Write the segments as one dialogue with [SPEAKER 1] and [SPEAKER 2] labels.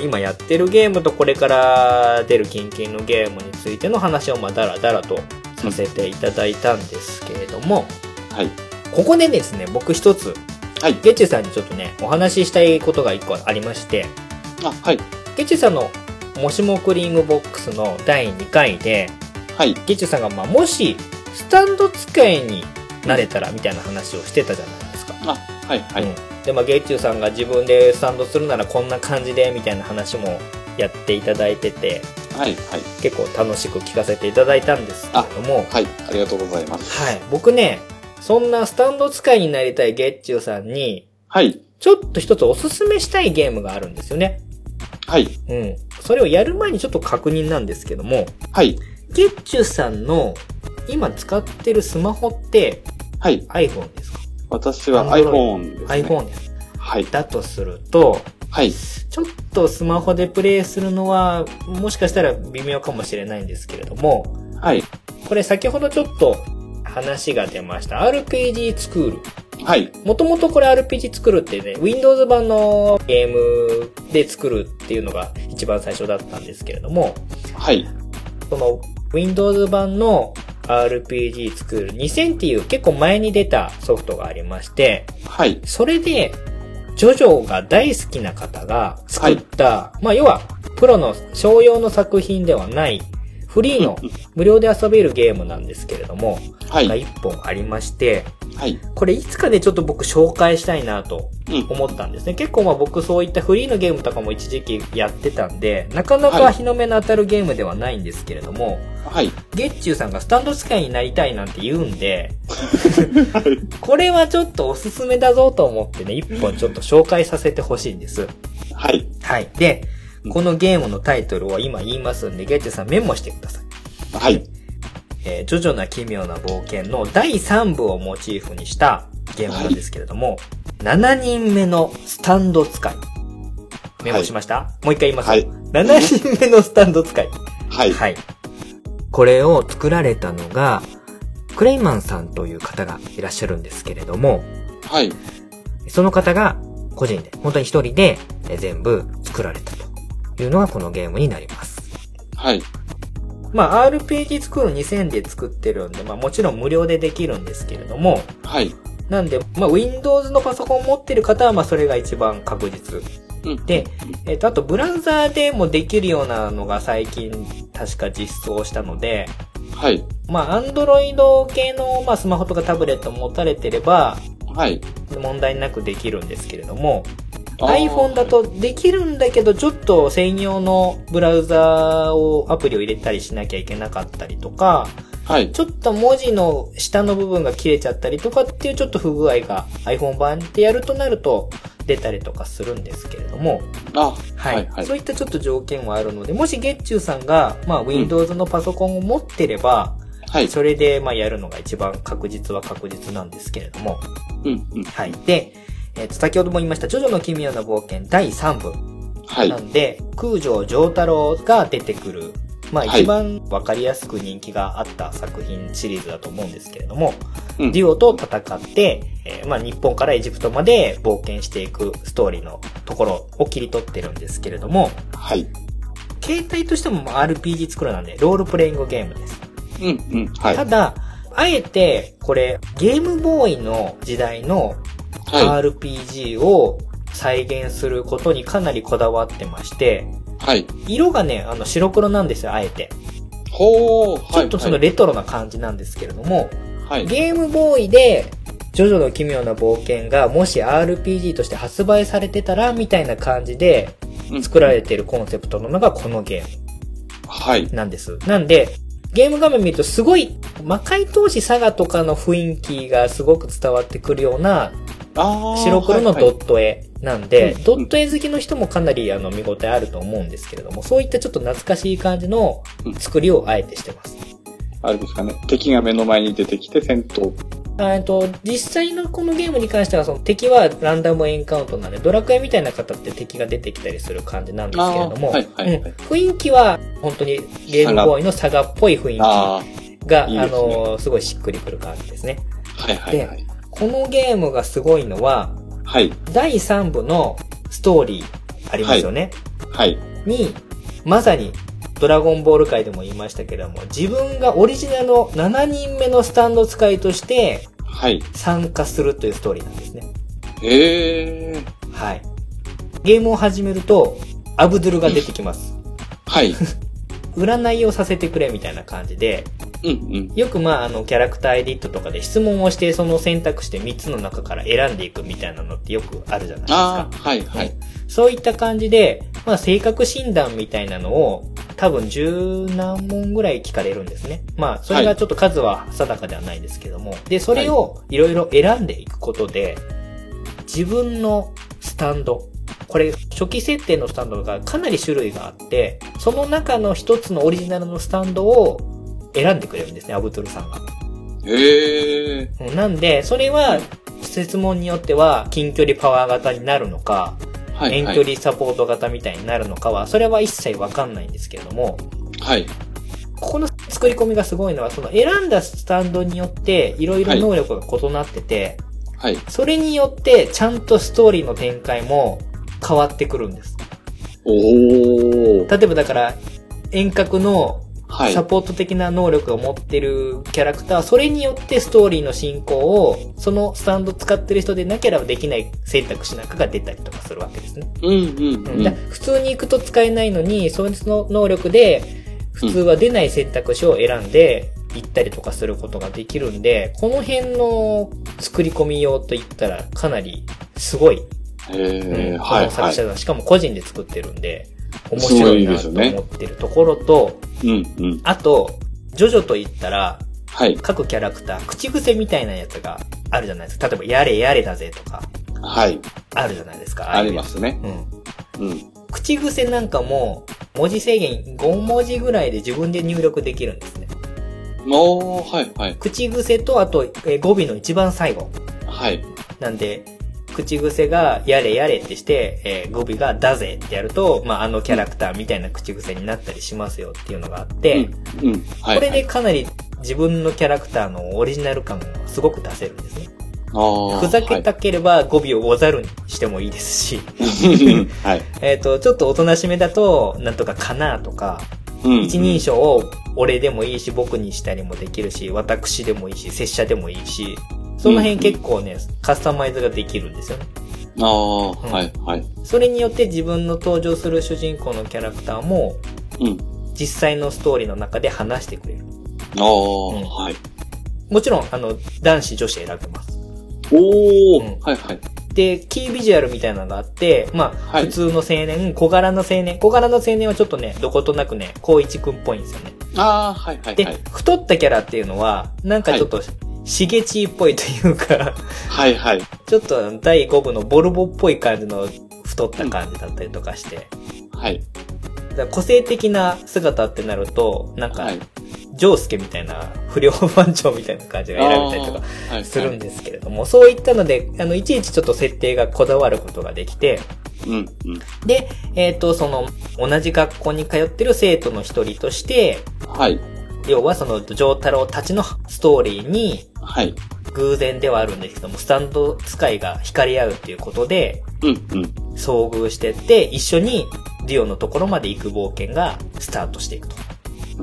[SPEAKER 1] 今やってるゲームとこれから出る近々のゲームについての話をまあだらだらとさせていただいたんですけれども、
[SPEAKER 2] はい。
[SPEAKER 1] ここでですね、僕一つ、
[SPEAKER 2] はい
[SPEAKER 1] ゲッチュさんにちょっとね、お話ししたいことが一個ありまして、
[SPEAKER 2] あ、はい。
[SPEAKER 1] ゲッチュさんのもしもクリームボックスの第2回で、
[SPEAKER 2] はい。
[SPEAKER 1] ゲッチュさんがまあもしスタンド使いになれたらみたいな話をしてたじゃないですか。
[SPEAKER 2] あ、はい。はい。
[SPEAKER 1] うんで、まあ、ゲッチュさんが自分でスタンドするならこんな感じでみたいな話もやっていただいてて、
[SPEAKER 2] はい。はい。
[SPEAKER 1] 結構楽しく聞かせていただいたんですけれども、
[SPEAKER 2] はい。ありがとうございます。
[SPEAKER 1] はい。僕ね、そんなスタンド使いになりたいゲッチュさんに、
[SPEAKER 2] はい。
[SPEAKER 1] ちょっと一つおすすめしたいゲームがあるんですよね。
[SPEAKER 2] はい。
[SPEAKER 1] うん。それをやる前にちょっと確認なんですけども、
[SPEAKER 2] はい。
[SPEAKER 1] ゲッチュさんの今使ってるスマホって
[SPEAKER 2] はい。
[SPEAKER 1] iPhone ですか
[SPEAKER 2] 私は
[SPEAKER 1] Android
[SPEAKER 2] iPhone です、ね。。
[SPEAKER 1] ?iPhone です。
[SPEAKER 2] はい。
[SPEAKER 1] だとすると、
[SPEAKER 2] はい。
[SPEAKER 1] ちょっとスマホでプレイするのは、もしかしたら微妙かもしれないんですけれども、
[SPEAKER 2] はい。
[SPEAKER 1] これ先ほどちょっと話が出ました。RPG スクール。
[SPEAKER 2] はい。
[SPEAKER 1] もともとこれ RPG 作るってね、Windows 版のゲームで作るっていうのが一番最初だったんですけれども、
[SPEAKER 2] はい。
[SPEAKER 1] その Windows 版の RPG 作る2000っていう結構前に出たソフトがありまして、
[SPEAKER 2] はい。
[SPEAKER 1] それで、ジョジョが大好きな方が作った、まあ要は、プロの商用の作品ではない、フリーの
[SPEAKER 2] うんうん
[SPEAKER 1] 無料で遊べるゲームなんですけれども、
[SPEAKER 2] は
[SPEAKER 1] が
[SPEAKER 2] い。
[SPEAKER 1] 一本ありまして、
[SPEAKER 2] はい。
[SPEAKER 1] これいつかね、ちょっと僕紹介したいなと
[SPEAKER 2] うん。
[SPEAKER 1] 思ったんですね。結構まあ僕そういったフリーのゲームとかも一時期やってたんで、なかなか日の目の当たるゲームではないんですけれども、
[SPEAKER 2] はい。
[SPEAKER 1] ゲッチュさんがスタンド使いになりたいなんて言うんで、これはちょっとおすすめだぞと思ってね、一本ちょっと紹介させてほしいんです。
[SPEAKER 2] はい。
[SPEAKER 1] はい。で、このゲームのタイトルを今言いますんで、ゲッチュさんメモしてください。
[SPEAKER 2] はい。
[SPEAKER 1] えージョジョな奇妙な冒険の第3部をモチーフにしたゲームなんですけれども、7人目のスタンド使い。メモしました、もう一回言います。
[SPEAKER 2] はい。
[SPEAKER 1] 7人目のスタンド使い。
[SPEAKER 2] はい。
[SPEAKER 1] はい。これを作られたのが、クレイマンさんという方がいらっしゃるんですけれども、
[SPEAKER 2] はい。
[SPEAKER 1] その方が個人で、本当に一人でえ全部作られたというのがこのゲームになります。
[SPEAKER 2] はい。
[SPEAKER 1] まあ、RPG 作る2000で作ってるんで、まあもちろん無料でできるんですけれども、
[SPEAKER 2] はい。
[SPEAKER 1] なんで、まあ Windows のパソコン持ってる方は、まあそれが一番確実
[SPEAKER 2] うん。
[SPEAKER 1] で、えっ、と、あとブラウザーでもできるようなのが最近確か実装したので、
[SPEAKER 2] はい。
[SPEAKER 1] まあ、アンドロイド系の、まあ、スマホとかタブレット持たれてれば、
[SPEAKER 2] はい。
[SPEAKER 1] 問題なくできるんですけれども、
[SPEAKER 2] あー
[SPEAKER 1] iPhone だ。とできるんだけど、ちょっと専用のブラウザーを、アプリを入れたりしなきゃいけなかったりとか、
[SPEAKER 2] はい。
[SPEAKER 1] ちょっと文字の下の部分が切れちゃったりとかっていうちょっと不具合が iPhone 版でやるとなると出たりとかするんですけれども、
[SPEAKER 2] あ、
[SPEAKER 1] はい。
[SPEAKER 2] はい。はい
[SPEAKER 1] そ。ういったちょっと条件はあるので、もし月中さんが、まあ、Windows のパソコンを持ってれば、
[SPEAKER 2] はい。
[SPEAKER 1] それで、まあ、やるのが一番確実は確実なんですけれども。
[SPEAKER 2] うん。うん。
[SPEAKER 1] はい。で、えっ、と、先ほども言いました、ジョジョの奇妙な冒険第3部
[SPEAKER 2] はい
[SPEAKER 1] な。んで、空城城太郎が出てくる、まあ、
[SPEAKER 2] はい
[SPEAKER 1] 一番わかりやすく人気があった作品シリーズだと思うんですけれども、
[SPEAKER 2] うん
[SPEAKER 1] デュオと戦って、えーまあ、日本からエジプトまで冒険していくストーリーのところを切り取ってるんですけれども、
[SPEAKER 2] はい。
[SPEAKER 1] 携帯としてもまあ RPG 作るなんで、ロールプレイングゲームです。
[SPEAKER 2] うん。うん。はい。
[SPEAKER 1] ただ、あえて、これ、ゲームボーイの時代の
[SPEAKER 2] は
[SPEAKER 1] RPG を再現することにかなりこだわってまして、
[SPEAKER 2] い。はい。
[SPEAKER 1] 色がね、あの、白黒なんですよ、あえて。
[SPEAKER 2] ほー。はい。
[SPEAKER 1] ちょっとその
[SPEAKER 2] はい
[SPEAKER 1] レトロな感じなんですけれども、
[SPEAKER 2] はい。
[SPEAKER 1] ゲームボーイで、ジョジョの奇妙な冒険が、もし RPG として発売されてたら、みたいな感じで
[SPEAKER 2] うん
[SPEAKER 1] 作られてるコンセプトなのがこのゲーム。
[SPEAKER 2] はい。
[SPEAKER 1] なんです。なんで、ゲーム画面見るとすごい魔界闘士サガとかの雰囲気がすごく伝わってくるような
[SPEAKER 2] あー。
[SPEAKER 1] 白黒の
[SPEAKER 2] はいは
[SPEAKER 1] ド
[SPEAKER 2] い
[SPEAKER 1] ット絵なんで、
[SPEAKER 2] うん
[SPEAKER 1] ドット絵好きの人もかなりあの見応えあると思うんですけれども、そういったちょっと懐かしい感じの作りをあえてしてます。
[SPEAKER 2] あれですかね。敵が目の前に出てきて戦闘。
[SPEAKER 1] えっと、実際のこのゲームに関してはその敵はランダムエンカウントなんで、ドラクエみたいな方って敵が出てきたりする感じなんですけれども、
[SPEAKER 2] あーはいはいはい
[SPEAKER 1] うん雰囲気は本当にゲームボーイのサガっぽい雰囲気
[SPEAKER 2] あ
[SPEAKER 1] が、
[SPEAKER 2] いい
[SPEAKER 1] あ
[SPEAKER 2] ですね
[SPEAKER 1] の、すごいしっくりくる感じですね。
[SPEAKER 2] ー。はいはいはい。
[SPEAKER 1] このゲームがすごいのは、
[SPEAKER 2] はい。
[SPEAKER 1] 第3部のストーリーありますよね。
[SPEAKER 2] はい。
[SPEAKER 1] に、まさに、ドラゴンボール界でも言いましたけども、自分がオリジナルの7人目のスタンド使いとして
[SPEAKER 2] はい。
[SPEAKER 1] 参加するというストーリーなんですね。
[SPEAKER 2] ええー。
[SPEAKER 1] はい。ゲームを始めると、アブドゥルが出てきます。
[SPEAKER 2] はい。
[SPEAKER 1] 占いをさせてくれみたいな感じで、
[SPEAKER 2] うんうん。
[SPEAKER 1] よくまああのキャラクターエディットとかで質問をしてその選択して3つの中から選んでいくみたいなのってよくあるじゃないです
[SPEAKER 2] あ
[SPEAKER 1] か
[SPEAKER 2] あ、。はいはい。
[SPEAKER 1] そういった感じで、まあ性格診断みたいなのを多分十何問ぐらい聞かれるんですね。まあそれがちょっと数は定かではないですけども。で、それをいろいろ選んでいくことで、自分のスタンド、これ初期設定のスタンドがかなり種類があって、その中の一つのオリジナルのスタンドを選んでくれるんですね、アブトゥルさんが。
[SPEAKER 2] ええ
[SPEAKER 1] うんなんで、それは、質問によっては、近距離パワー型になるのか、
[SPEAKER 2] ー。はい
[SPEAKER 1] 遠
[SPEAKER 2] は
[SPEAKER 1] 距
[SPEAKER 2] い。
[SPEAKER 1] 離サポート型みたいになるのかは、それは一切わかんないんですけれども、
[SPEAKER 2] はい。
[SPEAKER 1] ここの作り込みがすごいのは、その選んだスタンドによって、いろいろ能力が異なってて、
[SPEAKER 2] はい。
[SPEAKER 1] それによって、ちゃんとストーリーの展開も変わってくるんです。
[SPEAKER 2] おー。
[SPEAKER 1] 例えばだから、遠隔の
[SPEAKER 2] はい。
[SPEAKER 1] サポート的な能力を持ってるキャラクター、それによってストーリーの進行を、そのスタンド使ってる人でなければできない選択肢なんかが出たりとかするわけですね。
[SPEAKER 2] うんうん
[SPEAKER 1] うん
[SPEAKER 2] う
[SPEAKER 1] だ
[SPEAKER 2] ん。
[SPEAKER 1] 普通に行くと使えないのに、その能力で、普通は出ない選択肢を選んで、行ったりとかすることができるんで、この辺の作り込み用といったらかなりすごい、
[SPEAKER 2] え
[SPEAKER 1] う
[SPEAKER 2] え
[SPEAKER 1] ん
[SPEAKER 2] は
[SPEAKER 1] こ
[SPEAKER 2] い
[SPEAKER 1] の作
[SPEAKER 2] は
[SPEAKER 1] 者
[SPEAKER 2] い。
[SPEAKER 1] さん、しかも個人で作ってるんで、面
[SPEAKER 2] すご
[SPEAKER 1] 白い
[SPEAKER 2] い
[SPEAKER 1] な
[SPEAKER 2] で
[SPEAKER 1] と
[SPEAKER 2] すよね
[SPEAKER 1] 思ってるところと、
[SPEAKER 2] うんうん。
[SPEAKER 1] あと、ジョジョと言ったら、
[SPEAKER 2] はい。
[SPEAKER 1] 各キャラクター、口癖みたいなやつがあるじゃないですか。例えば、やれやれだぜとか、
[SPEAKER 2] はい。
[SPEAKER 1] あるじゃないですか。。
[SPEAKER 2] ありますすね。
[SPEAKER 1] うん。
[SPEAKER 2] うん。
[SPEAKER 1] 口癖なんかも、文字制限5文字ぐらいで自分で入力できるんですね。
[SPEAKER 2] おー、はいはい。
[SPEAKER 1] 口癖と、あと、えー語尾の一番最後。
[SPEAKER 2] はい。
[SPEAKER 1] なんで、口癖が、やれやれってして、えー語尾が、だぜってやると、まあ、あのキャラクターみたいな口癖になったりしますよっていうのがあって、
[SPEAKER 2] うんうん。はい。
[SPEAKER 1] これでかなり自分のキャラクターのオリジナル感をすごく出せるんですね。
[SPEAKER 2] あー
[SPEAKER 1] ふざけたければ語尾をござるにしてもいいですし、
[SPEAKER 2] はい。
[SPEAKER 1] えっと、ちょっとおとなしめだと、なんとかかなとか、
[SPEAKER 2] うん
[SPEAKER 1] 一人称を俺でもいいし、僕にしたりもできるし、私でもいいし、拙者でもいいし、その辺結構ね、カスタマイズができるんですよね。
[SPEAKER 2] ああ、はい、はい。
[SPEAKER 1] それによって自分の登場する主人公のキャラクターも、
[SPEAKER 2] うん。
[SPEAKER 1] 実際のストーリーの中で話してくれる。
[SPEAKER 2] ああ、
[SPEAKER 1] うん
[SPEAKER 2] はい。
[SPEAKER 1] もちろん、あの、男子女子選べます。
[SPEAKER 2] おお、
[SPEAKER 1] うん
[SPEAKER 2] はい、はい。
[SPEAKER 1] で、キービジュアルみたいなのがあって、まあ、
[SPEAKER 2] はい
[SPEAKER 1] 普通の青年、小柄な青年、小柄な青年はちょっとね、どことなくね、高一くんっぽいんですよね。
[SPEAKER 2] ああ、はい、はい、
[SPEAKER 1] で、
[SPEAKER 2] はい。
[SPEAKER 1] 太ったキャラっていうのは、なんかちょっと、しげちっぽいというか、
[SPEAKER 2] はい、はい。
[SPEAKER 1] ちょっと第5部のボルボっぽい感じの太った感じだったりとかして、
[SPEAKER 2] はい。
[SPEAKER 1] だから個性的な姿ってなると、なんか
[SPEAKER 2] は、い。
[SPEAKER 1] ジョースケみたいな不良番長みたいな感じが選べたりとか
[SPEAKER 2] あーはい
[SPEAKER 1] するんですけれども、そういったので、あの、いちいちちょっと設定がこだわることができて、
[SPEAKER 2] うん、うん。
[SPEAKER 1] で、えっ、と、その、同じ学校に通ってる生徒の一人として、
[SPEAKER 2] はい、
[SPEAKER 1] 要はその、上太郎たちのストーリーに、
[SPEAKER 2] はい。
[SPEAKER 1] 偶然ではあるんですけども、スタンド使いが惹かれ合うっていうことで、
[SPEAKER 2] うん、うん。
[SPEAKER 1] 遭遇してって、一緒に、デュオのところまで行く冒険がスタートしていくと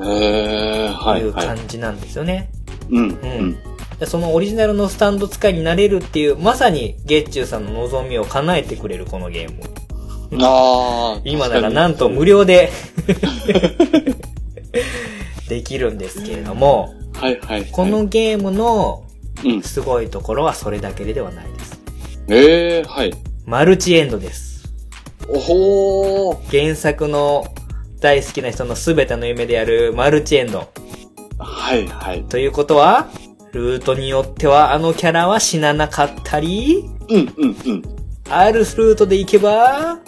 [SPEAKER 2] ええー、はいい、
[SPEAKER 1] う
[SPEAKER 2] はい。
[SPEAKER 1] 感じなんですよね。
[SPEAKER 2] うん、う
[SPEAKER 1] うん
[SPEAKER 2] ん。
[SPEAKER 1] でそのオリジナルのスタンド使いになれるっていう、まさに月中さんの望みを叶えてくれるこのゲーム。
[SPEAKER 2] ああ、
[SPEAKER 1] 今なら
[SPEAKER 2] 確か
[SPEAKER 1] なんと無料でできるんですけれども、
[SPEAKER 2] にはい、はい。
[SPEAKER 1] こ
[SPEAKER 2] はい、
[SPEAKER 1] のゲームの
[SPEAKER 2] うん。
[SPEAKER 1] すごいところはそれだけではないです。
[SPEAKER 2] ええー、はい。
[SPEAKER 1] マルチエンドです。
[SPEAKER 2] おほー。
[SPEAKER 1] 原作の大好きな人のすべての夢であるマルチエンド。
[SPEAKER 2] はい、はい。
[SPEAKER 1] ということは、ルートによってはあのキャラは死ななかったり、
[SPEAKER 2] うん、うん、うん。
[SPEAKER 1] あるルートで行けば、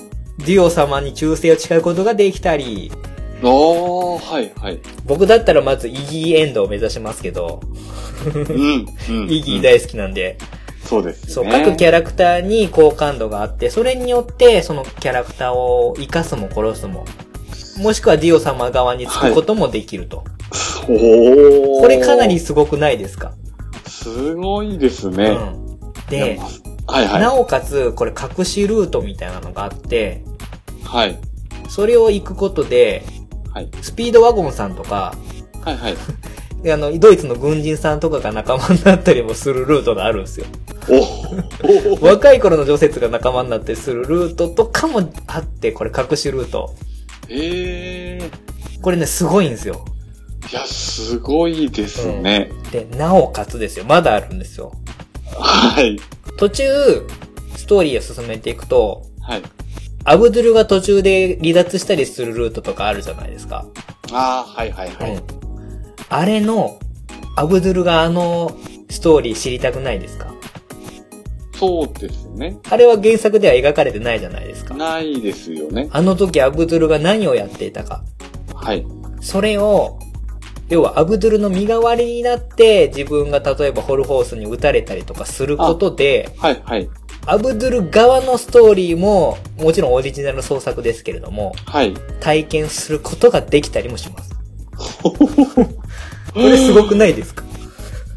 [SPEAKER 1] デュオ様に忠誠を誓うことができたり、
[SPEAKER 2] おー、はい、はい。
[SPEAKER 1] 僕だったらまずイギーエンドを目指しますけど、
[SPEAKER 2] うん、 うん。
[SPEAKER 1] イギー
[SPEAKER 2] で
[SPEAKER 1] 大好きなんで、
[SPEAKER 2] そうですね。
[SPEAKER 1] そう、各キ
[SPEAKER 2] ャ
[SPEAKER 1] ャラクターに好感度があって、それによって、そのキャラクターを生かすも殺すも、もしくはディオ様側につくこともできると。
[SPEAKER 2] おー。
[SPEAKER 1] これかなり、すごくないですか
[SPEAKER 2] すごいです
[SPEAKER 1] う
[SPEAKER 2] ね。
[SPEAKER 1] ん。で、
[SPEAKER 2] はい、はい。
[SPEAKER 1] なおかつ、これ隠しルートみたいなのがあって、
[SPEAKER 2] はい。
[SPEAKER 1] それを行くことで、
[SPEAKER 2] はい。
[SPEAKER 1] スピードワゴンさんとか、
[SPEAKER 2] は いはい。
[SPEAKER 1] あの、ドイツの軍人さんとかが仲間になったりもするルートがあるんですよ。
[SPEAKER 2] おお
[SPEAKER 1] 若い頃の女性が仲間になったりするルートとかもあって、これ隠しルート。
[SPEAKER 2] ええ
[SPEAKER 1] これね、すごいんですよ。
[SPEAKER 2] ー。いや、すごいですね。
[SPEAKER 1] で、なおかつですよ。まだあるんですよ。
[SPEAKER 2] はい。
[SPEAKER 1] 途中、ストーリーを進めていくと、
[SPEAKER 2] はい。
[SPEAKER 1] アブドゥルが途中で離脱したりするルートとかあるじゃないですか。
[SPEAKER 2] ああ、はいはいはい。
[SPEAKER 1] うんあれの、アブドゥルがあのストーリー知りたくないですか
[SPEAKER 2] そうですね。
[SPEAKER 1] あれは原作では描かれてないじゃないですか。
[SPEAKER 2] ないですよね。
[SPEAKER 1] あの時アブドゥルが何をやっていたか。
[SPEAKER 2] はい。
[SPEAKER 1] それを、要はアブドゥルの身代わりになって自分が例えばホルホースに撃たれたりとかすることで、
[SPEAKER 2] はいはい。
[SPEAKER 1] アブドゥル側のストーリーも、もちろんオリジナル創作ですけれども、
[SPEAKER 2] はい。
[SPEAKER 1] 体験することができたりもします。これすごくないですか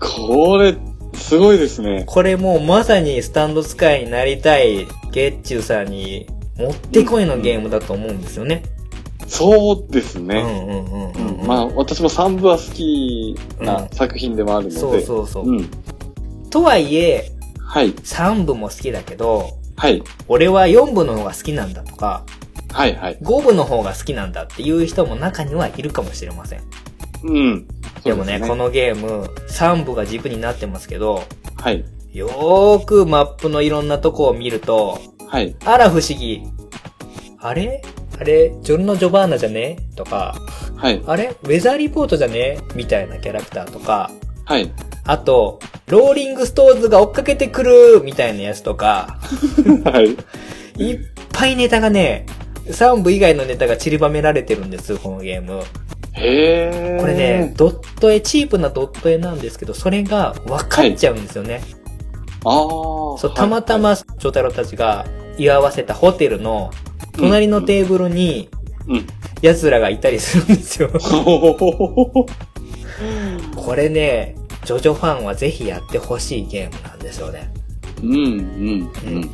[SPEAKER 2] これ、すごいですね。
[SPEAKER 1] これもうまさにスタンド使いになりたいゲッチューさんにもってこいのゲームだと思うんですよね。
[SPEAKER 2] そうです
[SPEAKER 1] うんう
[SPEAKER 2] ね。
[SPEAKER 1] んうん
[SPEAKER 2] う
[SPEAKER 1] うんんうん。
[SPEAKER 2] まあ、私も三部は好きな作品でもあるので。
[SPEAKER 1] そうそうそう。
[SPEAKER 2] うん。
[SPEAKER 1] とはいえ、
[SPEAKER 2] はい。
[SPEAKER 1] 3部も好きだけど、
[SPEAKER 2] はい。
[SPEAKER 1] 俺は4部の方が好きなんだとか、
[SPEAKER 2] はいはい。
[SPEAKER 1] 5部の方が好きなんだっていう人も中にはいるかもしれません。
[SPEAKER 2] うん。
[SPEAKER 1] でもね、
[SPEAKER 2] そうす
[SPEAKER 1] こ。のゲーム、3部が軸になってますけど、
[SPEAKER 2] はい。
[SPEAKER 1] よーくマップのいろんなとこを見ると、
[SPEAKER 2] はい。
[SPEAKER 1] あら不思議。あれあれジョルノ・ジョバーナじゃねとか、
[SPEAKER 2] はい。
[SPEAKER 1] あれウェザーリポートじゃねみたいなキャラクターとか、
[SPEAKER 2] はい。
[SPEAKER 1] あと、ローリングストーンズが追っかけてくるみたいなやつとか、
[SPEAKER 2] はい。
[SPEAKER 1] いっぱいネタがね、3部以外のネタが散りばめられてるんです、このゲーム。
[SPEAKER 2] へえ。
[SPEAKER 1] これね、。ドット絵、チープなドット絵なんですけど、それが分かっちゃうんですよね。
[SPEAKER 2] ああ。
[SPEAKER 1] そう、たまた
[SPEAKER 2] は
[SPEAKER 1] ま、長太郎たちが居合わせたホテルの隣のテーブルに
[SPEAKER 2] い。はいうん。
[SPEAKER 1] 奴らがいたりするんですよ。
[SPEAKER 2] おー
[SPEAKER 1] これね、ジョジョファンはぜひやってほしいゲームなんですよね。
[SPEAKER 2] うん、うん、うん。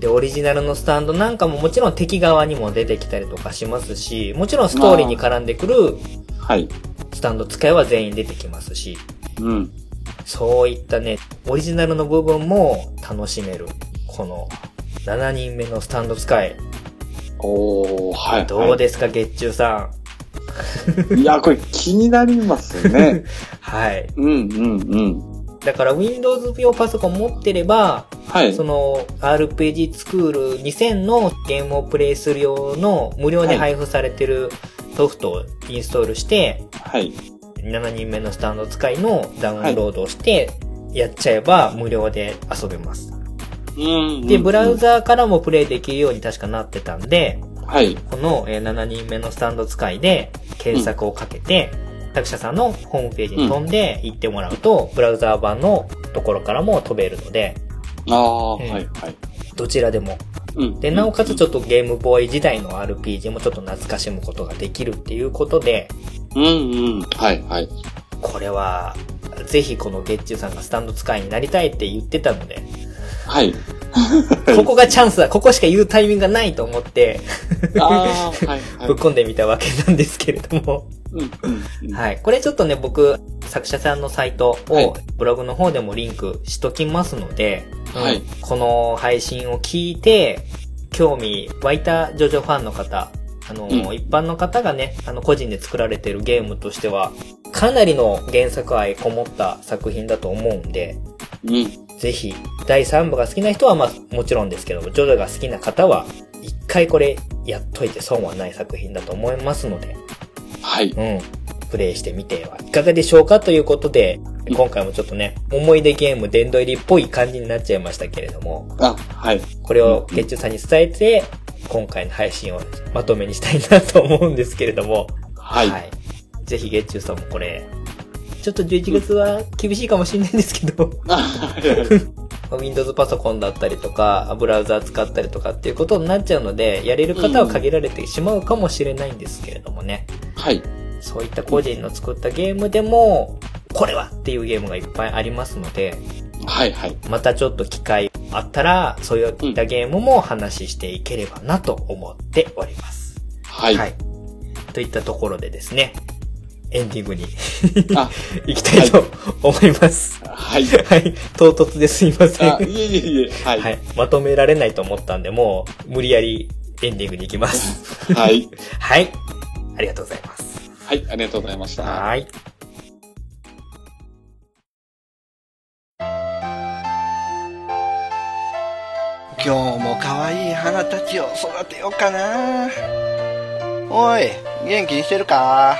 [SPEAKER 1] で、オリジナルのスタンドなんかももちろん敵側にも出てきたりとかしますし、もちろんストーリーに絡んでくる
[SPEAKER 2] はい。
[SPEAKER 1] スタンド使いは全員出てきますし、
[SPEAKER 2] うん。
[SPEAKER 1] そういったね、オリジナルの部分も楽しめる。この7人目のスタンド使い。
[SPEAKER 2] おー、はい。
[SPEAKER 1] どうですか、月中さん。
[SPEAKER 2] はいいや、これ気になりま すね。
[SPEAKER 1] はい。
[SPEAKER 2] うん、うん、うん。
[SPEAKER 1] だから Windows 用パソコン持ってれば、
[SPEAKER 2] はい。
[SPEAKER 1] その RPG スクール2000のゲームをプレイする用の無料で
[SPEAKER 2] は
[SPEAKER 1] 配布されてるソフトをインストールして、
[SPEAKER 2] はい。
[SPEAKER 1] 7人目のスタンド使いのダウンロードをして、やっちゃえば無料で遊べます。
[SPEAKER 2] うんうん。
[SPEAKER 1] で、ブラウザーからもプレイできるように確かなってたんで、
[SPEAKER 2] はい。
[SPEAKER 1] このえー7人目のスタンド使いで検索をかけて、作者さんのホームページに飛んで行ってもらうと、ブラウザー版のところからも飛べるので、
[SPEAKER 2] ああ、は
[SPEAKER 1] うん
[SPEAKER 2] い、はい。
[SPEAKER 1] どちらでも。
[SPEAKER 2] うん。
[SPEAKER 1] で、なおかつち
[SPEAKER 2] ょ
[SPEAKER 1] ょっとゲームボーイ時代の RPG もちょっと懐かしむことができるっていうことで、
[SPEAKER 2] っと。うん、うん。はい、はい。
[SPEAKER 1] これは、ぜひこのゲッチュさんがスタンド使いになりたいって言ってたので、
[SPEAKER 2] はい。
[SPEAKER 1] ここがチャンスだ、ここしか言うタイミングがないと思って、
[SPEAKER 2] ああ、はい、はい
[SPEAKER 1] ぶっ。込んでみたわけなんですけれども。
[SPEAKER 2] うん、うんうん。
[SPEAKER 1] はい。これちょっとね、僕、作者さんのサイト
[SPEAKER 2] はい
[SPEAKER 1] をブログの方でもリンクしときますので、うん
[SPEAKER 2] はい
[SPEAKER 1] この配信を聞いて、興味湧いたジョジョファンの方、あの、
[SPEAKER 2] うん
[SPEAKER 1] 一般の方がね、あの、個人で作られてるゲームとしては、かなりの原作愛こもった作品だと思うんで、
[SPEAKER 2] うん。
[SPEAKER 1] ぜひ、第3部が好きな人は、まあ、もちろんですけども、ジョジョが好きな方は、一回これ、やっといて損はない作品だと思いますので、
[SPEAKER 2] はい。
[SPEAKER 1] うん。プレイしてみてはいかがでしょうかということで、
[SPEAKER 2] うん
[SPEAKER 1] 今回もちょっとね、思い出ゲーム殿堂入りっぽい感じになっちゃいましたけれども、
[SPEAKER 2] あ、はい。
[SPEAKER 1] これを月中さんに伝えて、今回の配信をまとめにしたいなと思うんですけれども、
[SPEAKER 2] はい。
[SPEAKER 1] ぜひ月中さんもこれ、ちょっと11月は厳しいかもしれないんですけど、
[SPEAKER 2] あはいはい。
[SPEAKER 1] Windows パソコンだったりとか、ブラウザー使ったりとかっていうことになっちゃうので、やれる方は限られてしまうかもしれないんですけれどもね。
[SPEAKER 2] はい。
[SPEAKER 1] そういった個人の作ったゲームでも、これはっていうゲームがいっぱいありますので、
[SPEAKER 2] はい、はい。
[SPEAKER 1] またちょっと機会あったら、そういったゲームも話ししていければなと思っております。
[SPEAKER 2] はい。
[SPEAKER 1] はい。といったところでですね、エンディングに
[SPEAKER 2] あ、
[SPEAKER 1] 行きたいと思います。
[SPEAKER 2] はい。
[SPEAKER 1] はい。唐突ですいません。
[SPEAKER 2] あ、
[SPEAKER 1] はい。
[SPEAKER 2] えいえいえ。はい。はい
[SPEAKER 1] まとめられないと思ったんで、もう無理やりエンディングに行きます。
[SPEAKER 2] い。
[SPEAKER 1] はい。ありがとうございます。
[SPEAKER 2] はい。ありがとうございました。
[SPEAKER 1] はい。
[SPEAKER 3] 今日も可愛い花たちを育てようかなおい元気にしてるか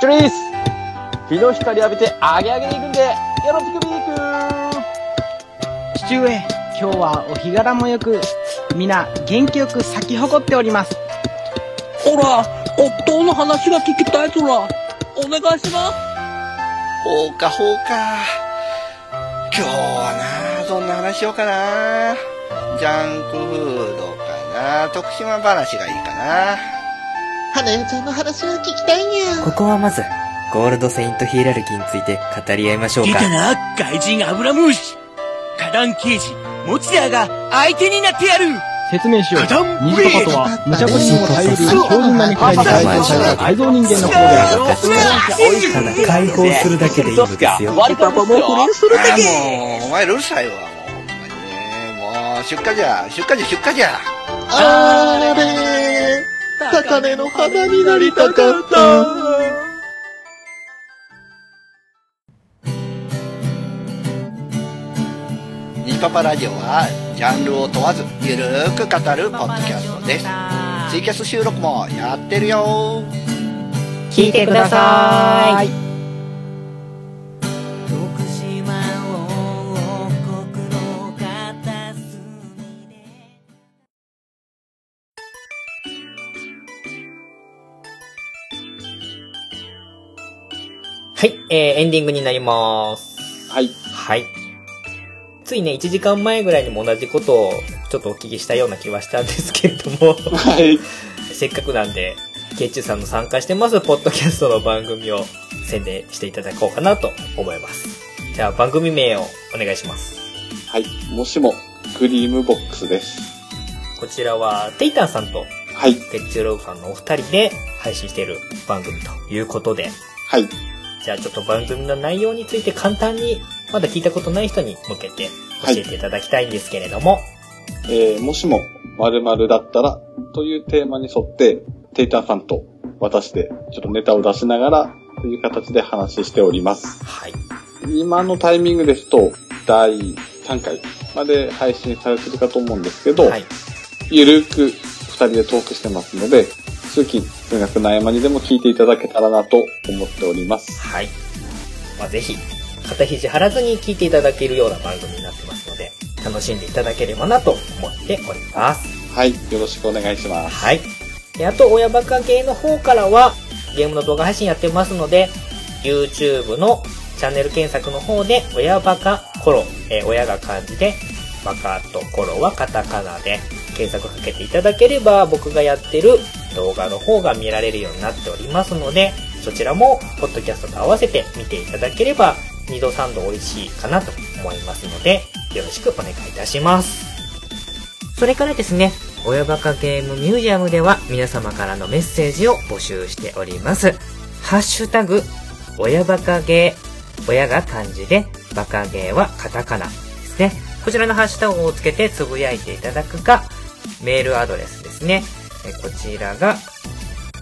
[SPEAKER 4] チョリース日の光浴びてアゲアゲに行くんで、よろしくビーク
[SPEAKER 5] 父上今日はお日柄もよく皆元気よく咲き誇っております
[SPEAKER 6] ほら、夫の話が聞きたいぞら。お願いします。
[SPEAKER 3] ほうかほうか今日はなどんな話しようかなジャンクフードかな徳島話がいいかな
[SPEAKER 7] 花代ちゃんの話を聞きたいにゃ。
[SPEAKER 8] ここはまず、ゴールドセイントヒエラルキーについて語り合いましょう
[SPEAKER 6] 出
[SPEAKER 8] か。
[SPEAKER 6] たな、怪人アブラムーシ。花壇刑事、持田が相手になってやる。
[SPEAKER 5] 説明しよう
[SPEAKER 6] 花壇
[SPEAKER 5] 虹パパとは無茶苦茶にも耐える
[SPEAKER 7] そう
[SPEAKER 5] 強靭な肉体に対応した愛憎人間のことである
[SPEAKER 8] ただ解放するだけでいいのですよ。
[SPEAKER 4] 割りパパも
[SPEAKER 6] 不倫する
[SPEAKER 3] あもうお前うるさいわもうほんまにねもう出荷じゃ出荷じゃ出荷じゃ
[SPEAKER 7] あれ高根の花になりたかった。
[SPEAKER 3] ニパパラジオはジャンルを問わずゆるーく語るポッドキャストですツイキャス収録もやってるよ
[SPEAKER 1] 聞いてください。
[SPEAKER 7] 徳島王国の片隅で
[SPEAKER 1] はい。えー、エンディングになります。
[SPEAKER 2] はい。
[SPEAKER 1] はい。ついね、1時間前ぐらいにも同じことをちょっとお聞きしたような気はしたんですけれども、
[SPEAKER 2] はい。
[SPEAKER 1] せっかくなんで、ケッチュさんの参加してます、ポッドキャストの番組を宣伝していただこうかなと思います。じゃあ、番組名をお願いします。
[SPEAKER 2] はい。もしも、クリームボックスです。
[SPEAKER 1] こちらは、テイタンさんと
[SPEAKER 2] はい。
[SPEAKER 1] ケッチュローファンのお二人で配信している番組ということで、
[SPEAKER 2] はい。
[SPEAKER 1] じゃあちょっと番組の内容について簡単に、まだ聞いたことない人に向けて教えていただきたいんですけれども、
[SPEAKER 2] えー、もしも、〇〇だったら、というテーマに沿って、テイタンさんと私で、ちょっとネタを出しながら、という形で話しております。
[SPEAKER 1] はい。
[SPEAKER 2] 今のタイミングですと、第3回まで配信されてるかと思うんですけど、
[SPEAKER 1] はい。
[SPEAKER 2] ゆるーく二人でトークしてますので、通勤、通学の合間にでも聞いていただけたらなと思っております。
[SPEAKER 1] はい。まあ、ぜひ、肩肘張らずに聞いていただけるような番組になってますので、楽しんでいただければなと思っております。
[SPEAKER 2] はい、よろしくお願いします。
[SPEAKER 1] はい。で、あと、親バカゲーの方からは、ゲームの動画配信やってますので、YouTube のチャンネル検索の方で、親バカコロ、えー親が漢字で、バカとコロはカタカナで、検索かけていただければ、僕がやってる動画の方が見られるようになっておりますので、そちらも、ポッドキャストと合わせて見ていただければ、二度三度美味しいかなと思いますので、よろしくお願いいたします。それからですね、親バカゲームミュージアムでは皆様からのメッセージを募集しております。ハッシュタグ、親バカゲー、親が漢字で、バカゲーはカタカナですね。こちらのハッシュタグをつけてつぶやいていただくか、メールアドレスですね。えこちらが、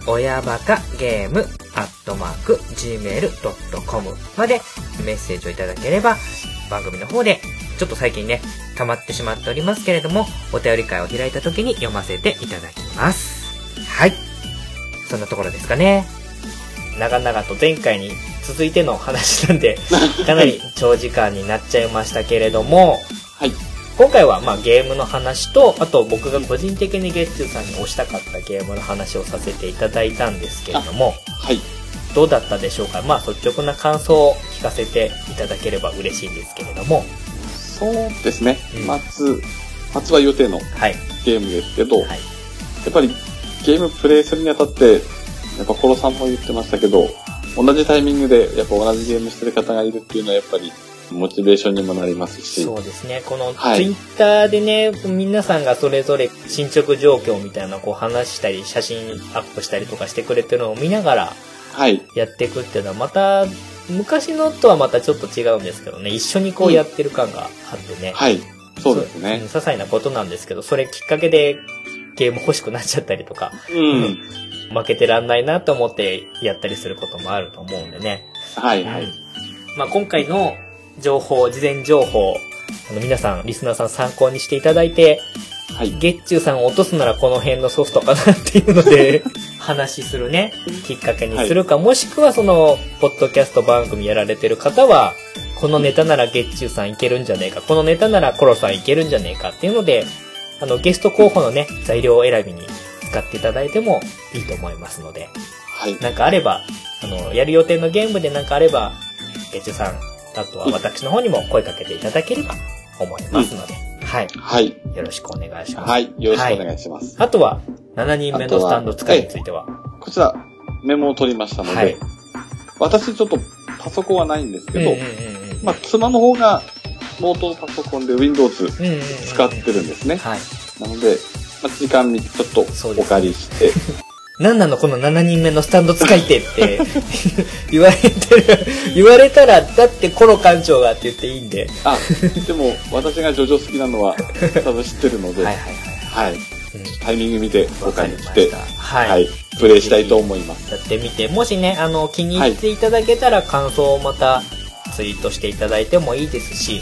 [SPEAKER 1] 親バカゲームアットマーク gmail.com までメッセージをいただければ番組の方でちょっと最近ね溜まってしまっておりますけれどもお便り会を開いた時に読ませていただきますはいそんなところですかね長々と前回に続いての話なん でかなり長時間になっちゃいましたけれども
[SPEAKER 2] はい。
[SPEAKER 1] 今回はまあゲームの話と、あと僕が個人的にゲッツーさんに推したかったゲームの話をさせていただいたんですけれども、
[SPEAKER 2] はい。
[SPEAKER 1] どうだったでしょうかまあ率直な感想を聞かせていただければ嬉しいんですけれども、
[SPEAKER 2] そうですね
[SPEAKER 1] うん。
[SPEAKER 2] 松、松は予定の
[SPEAKER 1] はい。
[SPEAKER 2] ゲームですけど、
[SPEAKER 1] はい。
[SPEAKER 2] やっぱりゲームプレイするにあたって、やっぱコロさんも言ってましたけど、同じタイミングでやっぱ同じゲームしてる方がいるっていうのはやっぱりモチベーションにもなりますし。
[SPEAKER 1] そうですね。この
[SPEAKER 2] は
[SPEAKER 1] ツイ
[SPEAKER 2] い
[SPEAKER 1] ッターでね、皆さんがそれぞれ進捗状況みたいなのをこう話したり、写真アップしたりとかしてくれてるのを見ながら
[SPEAKER 2] はい。
[SPEAKER 1] やっていくっていうのはまた、昔のとはまたちょっと違うんですけどね、一緒にこうやってる感があってね。
[SPEAKER 2] はい。そうですね
[SPEAKER 1] ん些。細なことなんですけど、それきっかけでゲーム欲しくなっちゃったりとか、
[SPEAKER 2] うん。
[SPEAKER 1] 負けてらんないなと思ってやったりすることもあると思うんでね。
[SPEAKER 2] はいは
[SPEAKER 1] うん
[SPEAKER 2] い。
[SPEAKER 1] まあ、今回の情報、事前情報、あの皆さん、リスナーさん参考にしていただいて、
[SPEAKER 2] はい。
[SPEAKER 1] 月中さんを落とすならこの辺のソフトかなっていうの で、話しするね、きっかけにするか、もしくはその、ポッドキャスト番組やられてる方は、このネタなら月中さんいけるんじゃねえか、このネタならコロさんいけるんじゃねえかっていうので、あの、ゲスト候補のね、材料を選びに使っていただいてもいいと思いますので。
[SPEAKER 2] はい。
[SPEAKER 1] なんかあれば、あの、やる予定のゲームでなんかあれば、ゲッチュさん、あとは私の方にも声かけていただければ思いますので、はい。
[SPEAKER 2] はい。
[SPEAKER 1] よろしくお願いします。
[SPEAKER 2] はい。よろしくお願いします。
[SPEAKER 1] あとは、7人目のスタンド使いについては、
[SPEAKER 2] こちら、メモを取りましたので、
[SPEAKER 1] はい。
[SPEAKER 2] 私ちょっとパソコンはないんですけど、
[SPEAKER 1] うんうんうん
[SPEAKER 2] まあ、妻の方がノートパソコンで Windows
[SPEAKER 1] うんうんうんうん
[SPEAKER 2] 使ってるんですね。
[SPEAKER 1] はい。
[SPEAKER 2] なので、まあ、時間にちょっとお借りして、
[SPEAKER 1] なんなのこの7人目のスタンド使い手って 言われてる。言われたら、だってコロ館長がって言っていいんで。
[SPEAKER 2] あ、でも私がジョジョ好きなのは多分知ってるので、
[SPEAKER 1] は
[SPEAKER 2] はいい、
[SPEAKER 1] はいはい。うん
[SPEAKER 2] タイミング見てお
[SPEAKER 1] わか
[SPEAKER 2] 借
[SPEAKER 1] り
[SPEAKER 2] り
[SPEAKER 1] ま
[SPEAKER 2] し、
[SPEAKER 1] してた。
[SPEAKER 2] はい、
[SPEAKER 1] はい。
[SPEAKER 2] プレイしたいと思います。
[SPEAKER 1] やってみて、もしね、あの、気に入っていただけたら感想をまたツイートしていただいてもいいですし、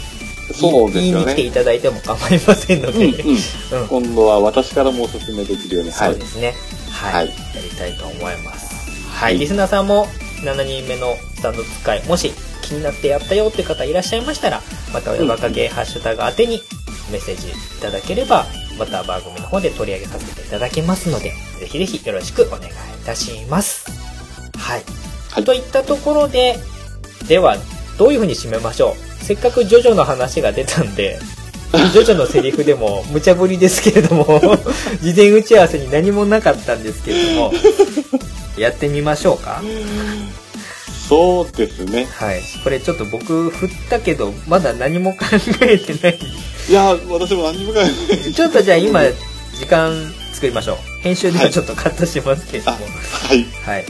[SPEAKER 2] そうです
[SPEAKER 1] 言
[SPEAKER 2] よ
[SPEAKER 1] いに来て
[SPEAKER 2] ね。
[SPEAKER 1] いただいても構いませんの
[SPEAKER 2] うんう
[SPEAKER 1] で、
[SPEAKER 2] ん
[SPEAKER 1] ね。うん
[SPEAKER 2] 今度は私からもおすすめできるように、は
[SPEAKER 1] そう
[SPEAKER 2] い
[SPEAKER 1] で。すね、はい。
[SPEAKER 2] はい
[SPEAKER 1] やりたいと思います。は。
[SPEAKER 2] はいい
[SPEAKER 1] リスナーさんも7人目のスタンド使い、もし気になってやったよって方いらっしゃいましたら、またおかげハッシュタグ宛てにメッセージいただければ、また番組の方で取り上げさせていただきますので、ぜひぜひよろしくお願いいたします。はい。
[SPEAKER 2] はい
[SPEAKER 1] といったところで、では、どういうふうに締めましょうせっかくジョジョの話が出たんで、ジョジョのセリフでも無茶ぶりですけれど も、事前打ち合わせに何もなかったんですけれども、やってみましょうか。
[SPEAKER 2] そうですね。
[SPEAKER 1] はい。これちょっと僕振ったけど、まだ何も考えてない。
[SPEAKER 2] いや、私も何も考えない。
[SPEAKER 1] ちょっとじゃあ今、時間作りましょう。編集ではちょっとカットしますけれども。
[SPEAKER 2] はい。
[SPEAKER 1] はい。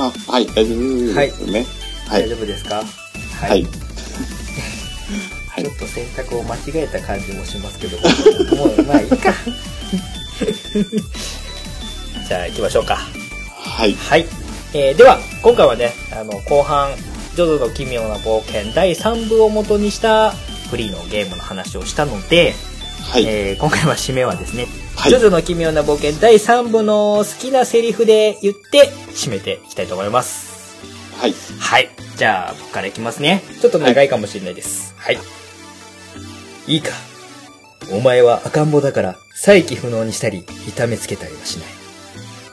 [SPEAKER 2] あ、はい、大丈夫ですね。は
[SPEAKER 1] 大
[SPEAKER 2] い。
[SPEAKER 1] 丈夫ですか
[SPEAKER 2] は。
[SPEAKER 1] はい
[SPEAKER 2] はい
[SPEAKER 1] ちょっと選択を間違えた感じもしますけど、もう、まあいいか。 じゃあ行きましょうか。
[SPEAKER 2] はい。
[SPEAKER 1] はい、えーでは今回はねあの後半「ジョジョの奇妙な冒険」第3部を元にしたフリーのゲームの話をしたので、
[SPEAKER 2] はい。
[SPEAKER 1] えー今回は締めはですね「
[SPEAKER 2] はい
[SPEAKER 1] ジョジョの奇妙な冒険」第3部の好きなセリフで言って締めていきたいと思います
[SPEAKER 2] はい。
[SPEAKER 1] はいじゃあ僕からいきますねちょっと長いかもしれないですはい、い、いかお前は赤ん坊だから再起不能にしたり痛めつけたりはしない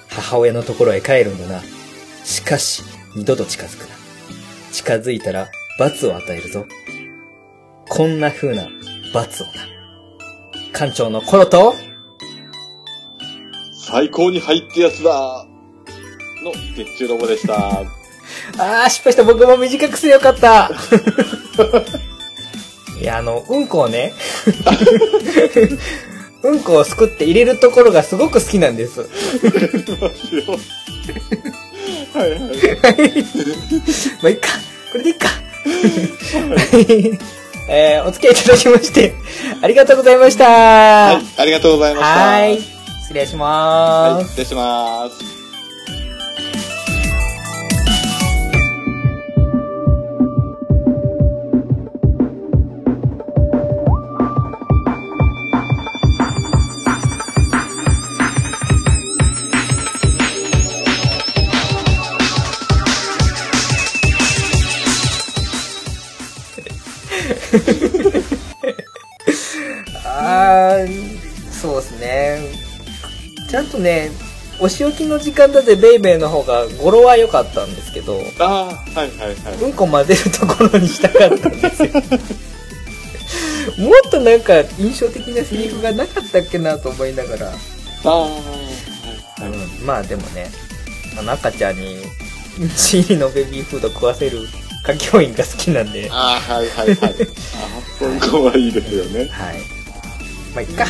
[SPEAKER 1] 母親のところへ帰るんだな。しかし、二度と近づくな。近づいたら罰を与えるぞ。こんな風な罰をな。館長のコロと、
[SPEAKER 2] 最高に入ってやつだの月中ロボでした。
[SPEAKER 1] あー、失敗した僕も短くすればよかっ た。いや、あの、うんこをね、 うんこをすくって入れるところがすごく好きなんです。
[SPEAKER 2] はいはい。
[SPEAKER 1] まあ、いっか。これでいっか。えーお付き合いいただきまして、ありがとうございました。
[SPEAKER 2] はい、ありがとうございました。
[SPEAKER 1] はい。失礼しま
[SPEAKER 2] はい。
[SPEAKER 1] す。
[SPEAKER 2] 失礼します。
[SPEAKER 1] あー、そうですね。ちゃんとね、お仕置きの時間だってベイベーの方が語呂は良かったんですけど、
[SPEAKER 2] ああ、はいはいはい。
[SPEAKER 1] うんこ混ぜるところにしたかったんですよ。 もっとなんか印象的なセリフがなかったっけなと思いながら。
[SPEAKER 2] ああ、はいはい。
[SPEAKER 1] うん、まあでもね、あの赤ちゃんにチーのベビーフード食わせる歌教員が好きなんで、は
[SPEAKER 2] ああ、はい はいはい。あそこはいいですよね。
[SPEAKER 1] い。まあ、いっか。